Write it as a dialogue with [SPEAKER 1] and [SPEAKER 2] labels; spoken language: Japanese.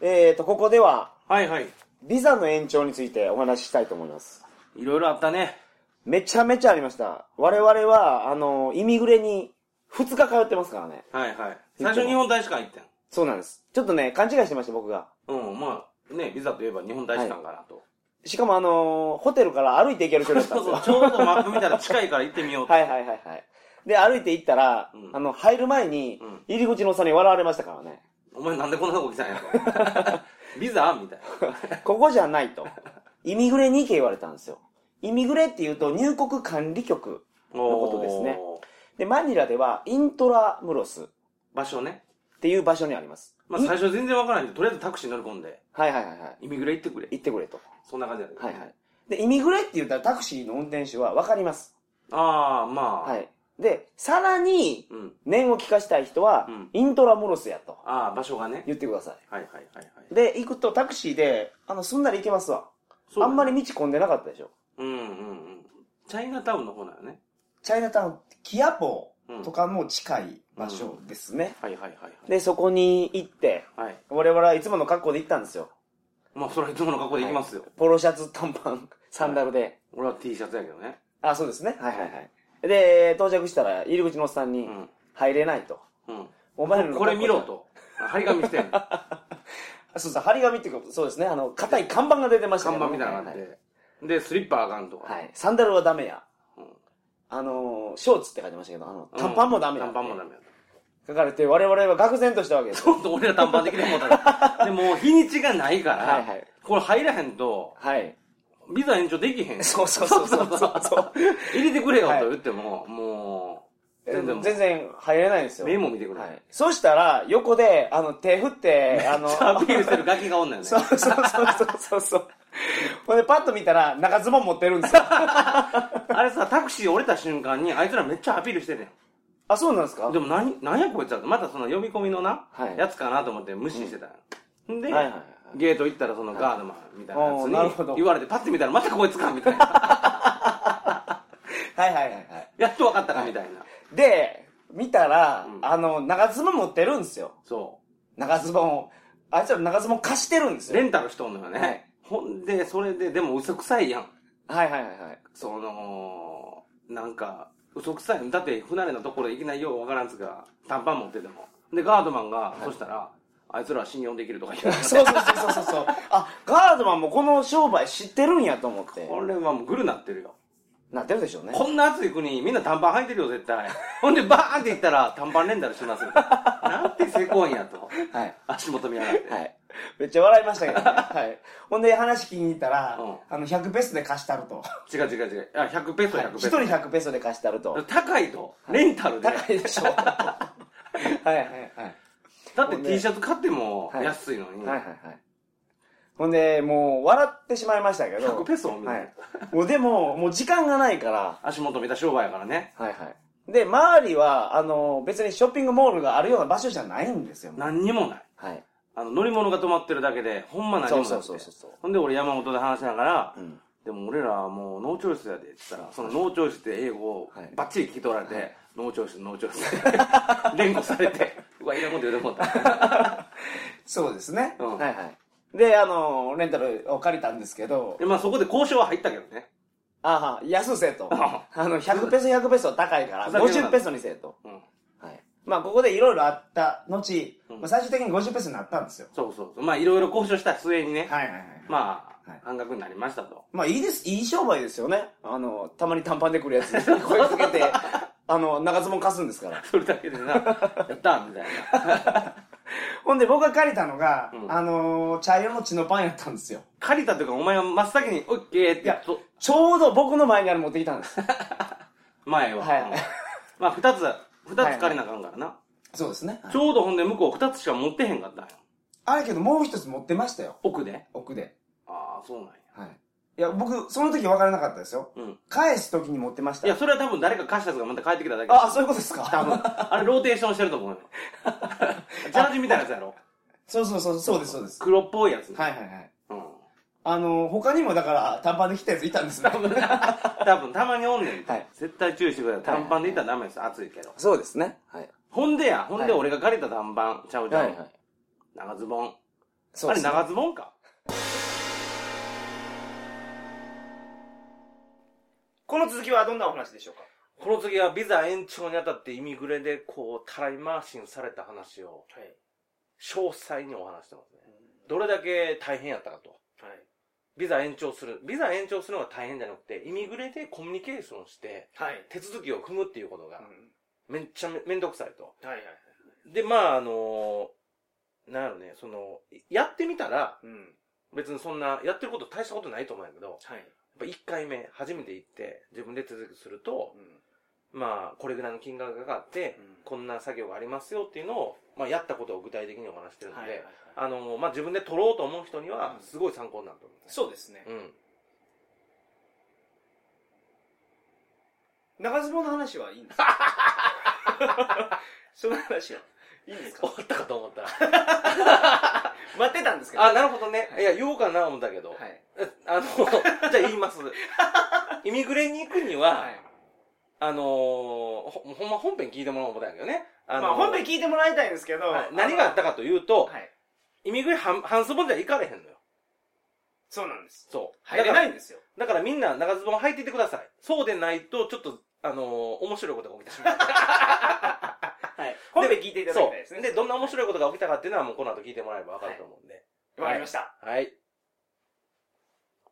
[SPEAKER 1] ー、と、ここでは、
[SPEAKER 2] はいはい。
[SPEAKER 1] ビザの延長についてお話ししたいと思います。
[SPEAKER 2] いろいろあったね。
[SPEAKER 1] めちゃめちゃありました。我々は、あの、イミグレに2日通ってますからね。
[SPEAKER 2] はいはい。
[SPEAKER 1] 言
[SPEAKER 2] 最
[SPEAKER 1] っても
[SPEAKER 2] 初日本大使館行った
[SPEAKER 1] そうなんです。ちょっとね、勘違いしてました、僕が。
[SPEAKER 2] ん。うん、まあ、ね、ビザといえば日本大使館かなと。
[SPEAKER 1] しかもあの、ホテルから歩いて行ける距離だった
[SPEAKER 2] そ
[SPEAKER 1] ん
[SPEAKER 2] う
[SPEAKER 1] です
[SPEAKER 2] そ
[SPEAKER 1] よ
[SPEAKER 2] う、。ちょうどマップ見たら近いから行ってみようと。
[SPEAKER 1] はいはいはいはい。で、歩いて行ったら、
[SPEAKER 2] うん
[SPEAKER 1] あの、入る前に
[SPEAKER 2] うん、
[SPEAKER 1] 入り口のおっさんに笑われましたからね。
[SPEAKER 2] お前なんでこんなとこ来たんや と。ビザみたいな。
[SPEAKER 1] ここじゃないと。イミグレに行け言われたんですよ。イミグレっていうと入国管理局。のことですね
[SPEAKER 2] おー。
[SPEAKER 1] で、マニラではイントラムロスっ
[SPEAKER 2] 場所ね。
[SPEAKER 1] ていう場所にあります。
[SPEAKER 2] まあ
[SPEAKER 1] い
[SPEAKER 2] 最初全然わからないけど、とりあえずタクシー乗り込んで、
[SPEAKER 1] はいはいはいはい。
[SPEAKER 2] イミグレ行ってくれ。
[SPEAKER 1] 行ってくれと。
[SPEAKER 2] そんな感じだった
[SPEAKER 1] はいはい。。で、イミグレって言ったらタクシーの運転手はわかります。
[SPEAKER 2] ああ、まあ。
[SPEAKER 1] はい。で、さらに、
[SPEAKER 2] うん。
[SPEAKER 1] 念を聞かしたい人は
[SPEAKER 2] うん、
[SPEAKER 1] イントラムロスやと
[SPEAKER 2] ああ、場所がね。
[SPEAKER 1] 言ってくださ
[SPEAKER 2] はいはいはいはい。
[SPEAKER 1] い。で、行くとタクシーで、あの、すんなり行けますわ。
[SPEAKER 2] そう
[SPEAKER 1] あ
[SPEAKER 2] だね
[SPEAKER 1] んまり道混んでなかったでしょ。
[SPEAKER 2] うんうんうん。チャイナタウンの方なのね。
[SPEAKER 1] チャイナタウン、キアポ
[SPEAKER 2] うん。
[SPEAKER 1] とかも近い場所ですね。
[SPEAKER 2] はいはいはいはい。
[SPEAKER 1] で、そこに行って、
[SPEAKER 2] はい。
[SPEAKER 1] 我々はいつもの格好で行ったんですよ。
[SPEAKER 2] まあ、それはいつもの格好で行きますよ。
[SPEAKER 1] ポロシャツ、短パン、サンダルで。
[SPEAKER 2] 俺は T シャツやけどね。
[SPEAKER 1] あ、そうですね。はいはいはい。で、到着したら入り口のおっさん
[SPEAKER 2] う
[SPEAKER 1] に、
[SPEAKER 2] ん。
[SPEAKER 1] 入れないと。
[SPEAKER 2] うん。
[SPEAKER 1] お前らの格
[SPEAKER 2] こ
[SPEAKER 1] 好じ
[SPEAKER 2] れ
[SPEAKER 1] ゃ
[SPEAKER 2] 見ろ。と。張り紙し てんの。
[SPEAKER 1] あそうそう、張り紙っていうか、そうですね。あの、硬い看板が出てました
[SPEAKER 2] 看
[SPEAKER 1] けど
[SPEAKER 2] 板みたいなのがあって。で、スリッパあかんとか。
[SPEAKER 1] はい。はいサンダルはダメや。
[SPEAKER 2] うん
[SPEAKER 1] あのー、ショーツって書いてましたけど、あの、短パンもダメや。
[SPEAKER 2] 短パンもダメや。
[SPEAKER 1] 書かれて、我々は愕然としたわけです。
[SPEAKER 2] ちょっと俺ら短パンできる思った ら。でも、日にちがないか
[SPEAKER 1] はいは
[SPEAKER 2] ら、
[SPEAKER 1] い。
[SPEAKER 2] これ入らへんと、
[SPEAKER 1] はい。
[SPEAKER 2] ビザ延長できへん。
[SPEAKER 1] そうそうそうそうそうそう。
[SPEAKER 2] 入れてくれよ
[SPEAKER 1] はい
[SPEAKER 2] と言っても、もう、全然
[SPEAKER 1] 全
[SPEAKER 2] もう、
[SPEAKER 1] 然入れないんですよ。
[SPEAKER 2] 目も見てくれ
[SPEAKER 1] はい。そうしたら、横で、あの、手振って、あの、
[SPEAKER 2] アピールしてるガキがおんのよ ね
[SPEAKER 1] そ。うそうそうそうそう。ほんで、パッと見たら、中ズボン持ってるん ですよ。
[SPEAKER 2] あれさ、タクシー降りた瞬間に、あいつらめっちゃアピールしてんねん。
[SPEAKER 1] あ、そうなんですか
[SPEAKER 2] でも何、何やこいつだと、またその呼び込みのな、
[SPEAKER 1] はい
[SPEAKER 2] やつかなと思って無視してたの。んで、
[SPEAKER 1] はいはいはい
[SPEAKER 2] ゲート行ったらそのガードマンみたいな
[SPEAKER 1] おーなる
[SPEAKER 2] やつ
[SPEAKER 1] ほど
[SPEAKER 2] に言われて、パッて見たらまたこいつかみた いな。
[SPEAKER 1] はいはいはいはい。
[SPEAKER 2] やっとわかったかみたいな。
[SPEAKER 1] で、見たら、
[SPEAKER 2] うん
[SPEAKER 1] あの、長ズボン持ってるんですよ。
[SPEAKER 2] そ
[SPEAKER 1] 長ズボンを。あいつら長ズボン貸してるんです
[SPEAKER 2] う。
[SPEAKER 1] よ。
[SPEAKER 2] レンタルしとんのよね。
[SPEAKER 1] はい
[SPEAKER 2] ほんで、それで、でも嘘くさいやん。
[SPEAKER 1] はいはいはい はい。
[SPEAKER 2] その、なんか、嘘くさい。だって、不慣れなところ行きないようわからんつが、短パン持ってても。で、ガードマンが、そしたら、あいつらは信用できるとか言う
[SPEAKER 1] そうそうそうそうそう。あ、ガードマンもこの商売知ってるんやと思って。
[SPEAKER 2] これはもうグルなってるよ。
[SPEAKER 1] なってるでしょうね。
[SPEAKER 2] こんな暑い国、みんな短パン履いてるよ、絶対。ほんで、バーンって行ったら、短パンレンタルしますよ。なんてせこいんやと。
[SPEAKER 1] はい。
[SPEAKER 2] 足元見やがって。
[SPEAKER 1] はい。めっちゃ笑いましたけどね。はい。ほんで話聞きに行ったら、
[SPEAKER 2] うん
[SPEAKER 1] あの、100ペソで貸したると。
[SPEAKER 2] 違う違う違う。あ、100ペソ、100ペ
[SPEAKER 1] 一
[SPEAKER 2] ソ。
[SPEAKER 1] 人100ペソで貸したると。
[SPEAKER 2] 高いと。レンタルで。
[SPEAKER 1] 高いで しょ。はいはいはい。
[SPEAKER 2] だって T シャツ買っても
[SPEAKER 1] はい
[SPEAKER 2] 安いのに。
[SPEAKER 1] はいはいはい。ほんで、もう笑ってしまいましたけど。
[SPEAKER 2] 100ペソみたいな
[SPEAKER 1] はい。もうでも、もう時間がないから。
[SPEAKER 2] 足元見た商売やからね。
[SPEAKER 1] はいはい。で、周りは、あの、別にショッピングモールがあるような場所じゃないんですよ。
[SPEAKER 2] 何にもない。
[SPEAKER 1] はい。
[SPEAKER 2] あの、乗り物が止まってるだけで、ほんま何に
[SPEAKER 1] そ
[SPEAKER 2] も
[SPEAKER 1] う
[SPEAKER 2] な
[SPEAKER 1] そう
[SPEAKER 2] く
[SPEAKER 1] そう
[SPEAKER 2] て。
[SPEAKER 1] そう。
[SPEAKER 2] ほんで、俺山本で話しながら、
[SPEAKER 1] うん。
[SPEAKER 2] でも俺らはもうノーチョイスやでって言ったら、そのノーチョイスって英語を
[SPEAKER 1] はい
[SPEAKER 2] バッチリ聞き取られて、ノーチョイス、ノーチョイ スって連呼されて、うわ、いらんこと言うてもうた。
[SPEAKER 1] そうですね。
[SPEAKER 2] うん
[SPEAKER 1] はいはい。で、あの、レンタルを借りたんですけど、
[SPEAKER 2] で、まあそこで交渉は入ったけどね。
[SPEAKER 1] あは、安せと。あの、100ペソ100ペソ高いから、
[SPEAKER 2] ふざけるな
[SPEAKER 1] 50ペソにせと。
[SPEAKER 2] うん。
[SPEAKER 1] はい。まあ、ここでいろいろあった後、
[SPEAKER 2] うん
[SPEAKER 1] まあ、最終的に50ペソになったんですよ。
[SPEAKER 2] そうそうそう。まあいろいろ交渉した末にね、
[SPEAKER 1] はいはいはい。
[SPEAKER 2] ま
[SPEAKER 1] はい
[SPEAKER 2] あ、半額になりましたと。
[SPEAKER 1] まあいいです、いい商売ですよね。あの、たまに短パンで来るやつ、 声かけて、あの、長ズボン貸すんですから。
[SPEAKER 2] それだけでな、や ったみたいな。
[SPEAKER 1] ほんで僕が借りたのが、
[SPEAKER 2] うん
[SPEAKER 1] あのー茶色の血のパンやったんですよ。
[SPEAKER 2] 借りたというか、お前は真っ先に、オッケーって
[SPEAKER 1] い
[SPEAKER 2] 言
[SPEAKER 1] や
[SPEAKER 2] っと、
[SPEAKER 1] ちょうど僕の前にある持ってきたんです。
[SPEAKER 2] 前は。
[SPEAKER 1] はい
[SPEAKER 2] うんまあ二つ、二つ借りなあかんからな。
[SPEAKER 1] そうですね。
[SPEAKER 2] ちょうどほんで向こう二つしか持ってへんかったんよ。
[SPEAKER 1] あれけどもう一つ持ってましたよ。
[SPEAKER 2] 奥で。
[SPEAKER 1] 奥で。
[SPEAKER 2] ああ、そうなんや。
[SPEAKER 1] はい。いや、僕、その時分からなかったですよ。
[SPEAKER 2] うん。
[SPEAKER 1] 返す時に持ってまし
[SPEAKER 2] い
[SPEAKER 1] た。
[SPEAKER 2] や、それは多分誰か貸したやつがまた帰ってきただけ。
[SPEAKER 1] あ、そういうことです
[SPEAKER 2] 多
[SPEAKER 1] か
[SPEAKER 2] 分。あれ、ローテーションしてると 思うよ。ジャージみたいなやつやろ。
[SPEAKER 1] そうそうそう、そうです、そうです。
[SPEAKER 2] 黒っぽいやつね。
[SPEAKER 1] はいはいはい。
[SPEAKER 2] うん。
[SPEAKER 1] あのー他にもだから短パンで来たやついたんですね。
[SPEAKER 2] 多分、たまにおんねんて。
[SPEAKER 1] はい
[SPEAKER 2] 絶対注意してください。短パンでいったらダメです。暑いけど。
[SPEAKER 1] そうですね。はい。
[SPEAKER 2] ほんでや、ほんで
[SPEAKER 1] はい
[SPEAKER 2] 俺が借りた短パン、ちゃうちゃう。長ズボン。
[SPEAKER 1] そう
[SPEAKER 2] あ
[SPEAKER 1] で
[SPEAKER 2] れ
[SPEAKER 1] すね
[SPEAKER 2] 長ズボンか
[SPEAKER 1] この続きはどんなお話でしょうか
[SPEAKER 2] この次はビザ延長にあたってイミグレでこう、たらい回しにされた話を、
[SPEAKER 1] はい。
[SPEAKER 2] 詳細にお話してますね。どれだけ大変やったかと。ビザ延長する。ビザ延長するのが大変じゃなくて、イミグレでコミュニケーションして、
[SPEAKER 1] はい。はい。
[SPEAKER 2] 手続きを踏むっていうことが、めっちゃめめんどくさいと。
[SPEAKER 1] はいはい。
[SPEAKER 2] で、まあ、あのなんやろね、その、やってみたら、
[SPEAKER 1] うん。
[SPEAKER 2] 別にそんな、やってること大したことないと思うんやけど、やっ
[SPEAKER 1] はい。
[SPEAKER 2] ぱ1回目、初めて行って、自分で手続きすると、
[SPEAKER 1] うん。
[SPEAKER 2] まあ、これぐらいの金額がかかって、
[SPEAKER 1] うん
[SPEAKER 2] こんな作業がありますよっていうのを、まあ、やったことを具体的にお話してるので、
[SPEAKER 1] はいはいはい
[SPEAKER 2] あの、まあ、自分で取ろうと思う人には
[SPEAKER 1] う、ん
[SPEAKER 2] すごい参考になると思う、
[SPEAKER 1] そうですね。
[SPEAKER 2] ね。 うん。
[SPEAKER 1] 長相撲の話はいい んですかその話はいいんです
[SPEAKER 2] 終
[SPEAKER 1] か
[SPEAKER 2] わったかと思ったら。
[SPEAKER 1] 待ってたんですけど。
[SPEAKER 2] あ、なるほどね。いや、言おうかな思ったけど。
[SPEAKER 1] はい。
[SPEAKER 2] え あの、じゃあ言い ます。イミグレに行くには、
[SPEAKER 1] はい。
[SPEAKER 2] あのーほ、ほんま本編聞いてもらおう思ったんやけどね。あ
[SPEAKER 1] ま
[SPEAKER 2] の
[SPEAKER 1] あ本編聞いてもらいたいんですけど
[SPEAKER 2] はい、何があったかというと、
[SPEAKER 1] はい。
[SPEAKER 2] イミグレ半半ズボンじゃ行かれへんのよ。
[SPEAKER 1] そうなんです。
[SPEAKER 2] そう。
[SPEAKER 1] 入れ
[SPEAKER 2] だか
[SPEAKER 1] な
[SPEAKER 2] ら
[SPEAKER 1] いんですよ。
[SPEAKER 2] だからみんな長ズボン履いていてください。そうでないと、ちょっと、あのー面白いことが起きてしまう。
[SPEAKER 1] はい。本編聞いていただきたいです
[SPEAKER 2] そう。
[SPEAKER 1] ね。
[SPEAKER 2] で、どんな面白いことが起きたかっていうのはもうこの後聞いてもらえばわかると思うんで。
[SPEAKER 1] わかりました。
[SPEAKER 2] はい。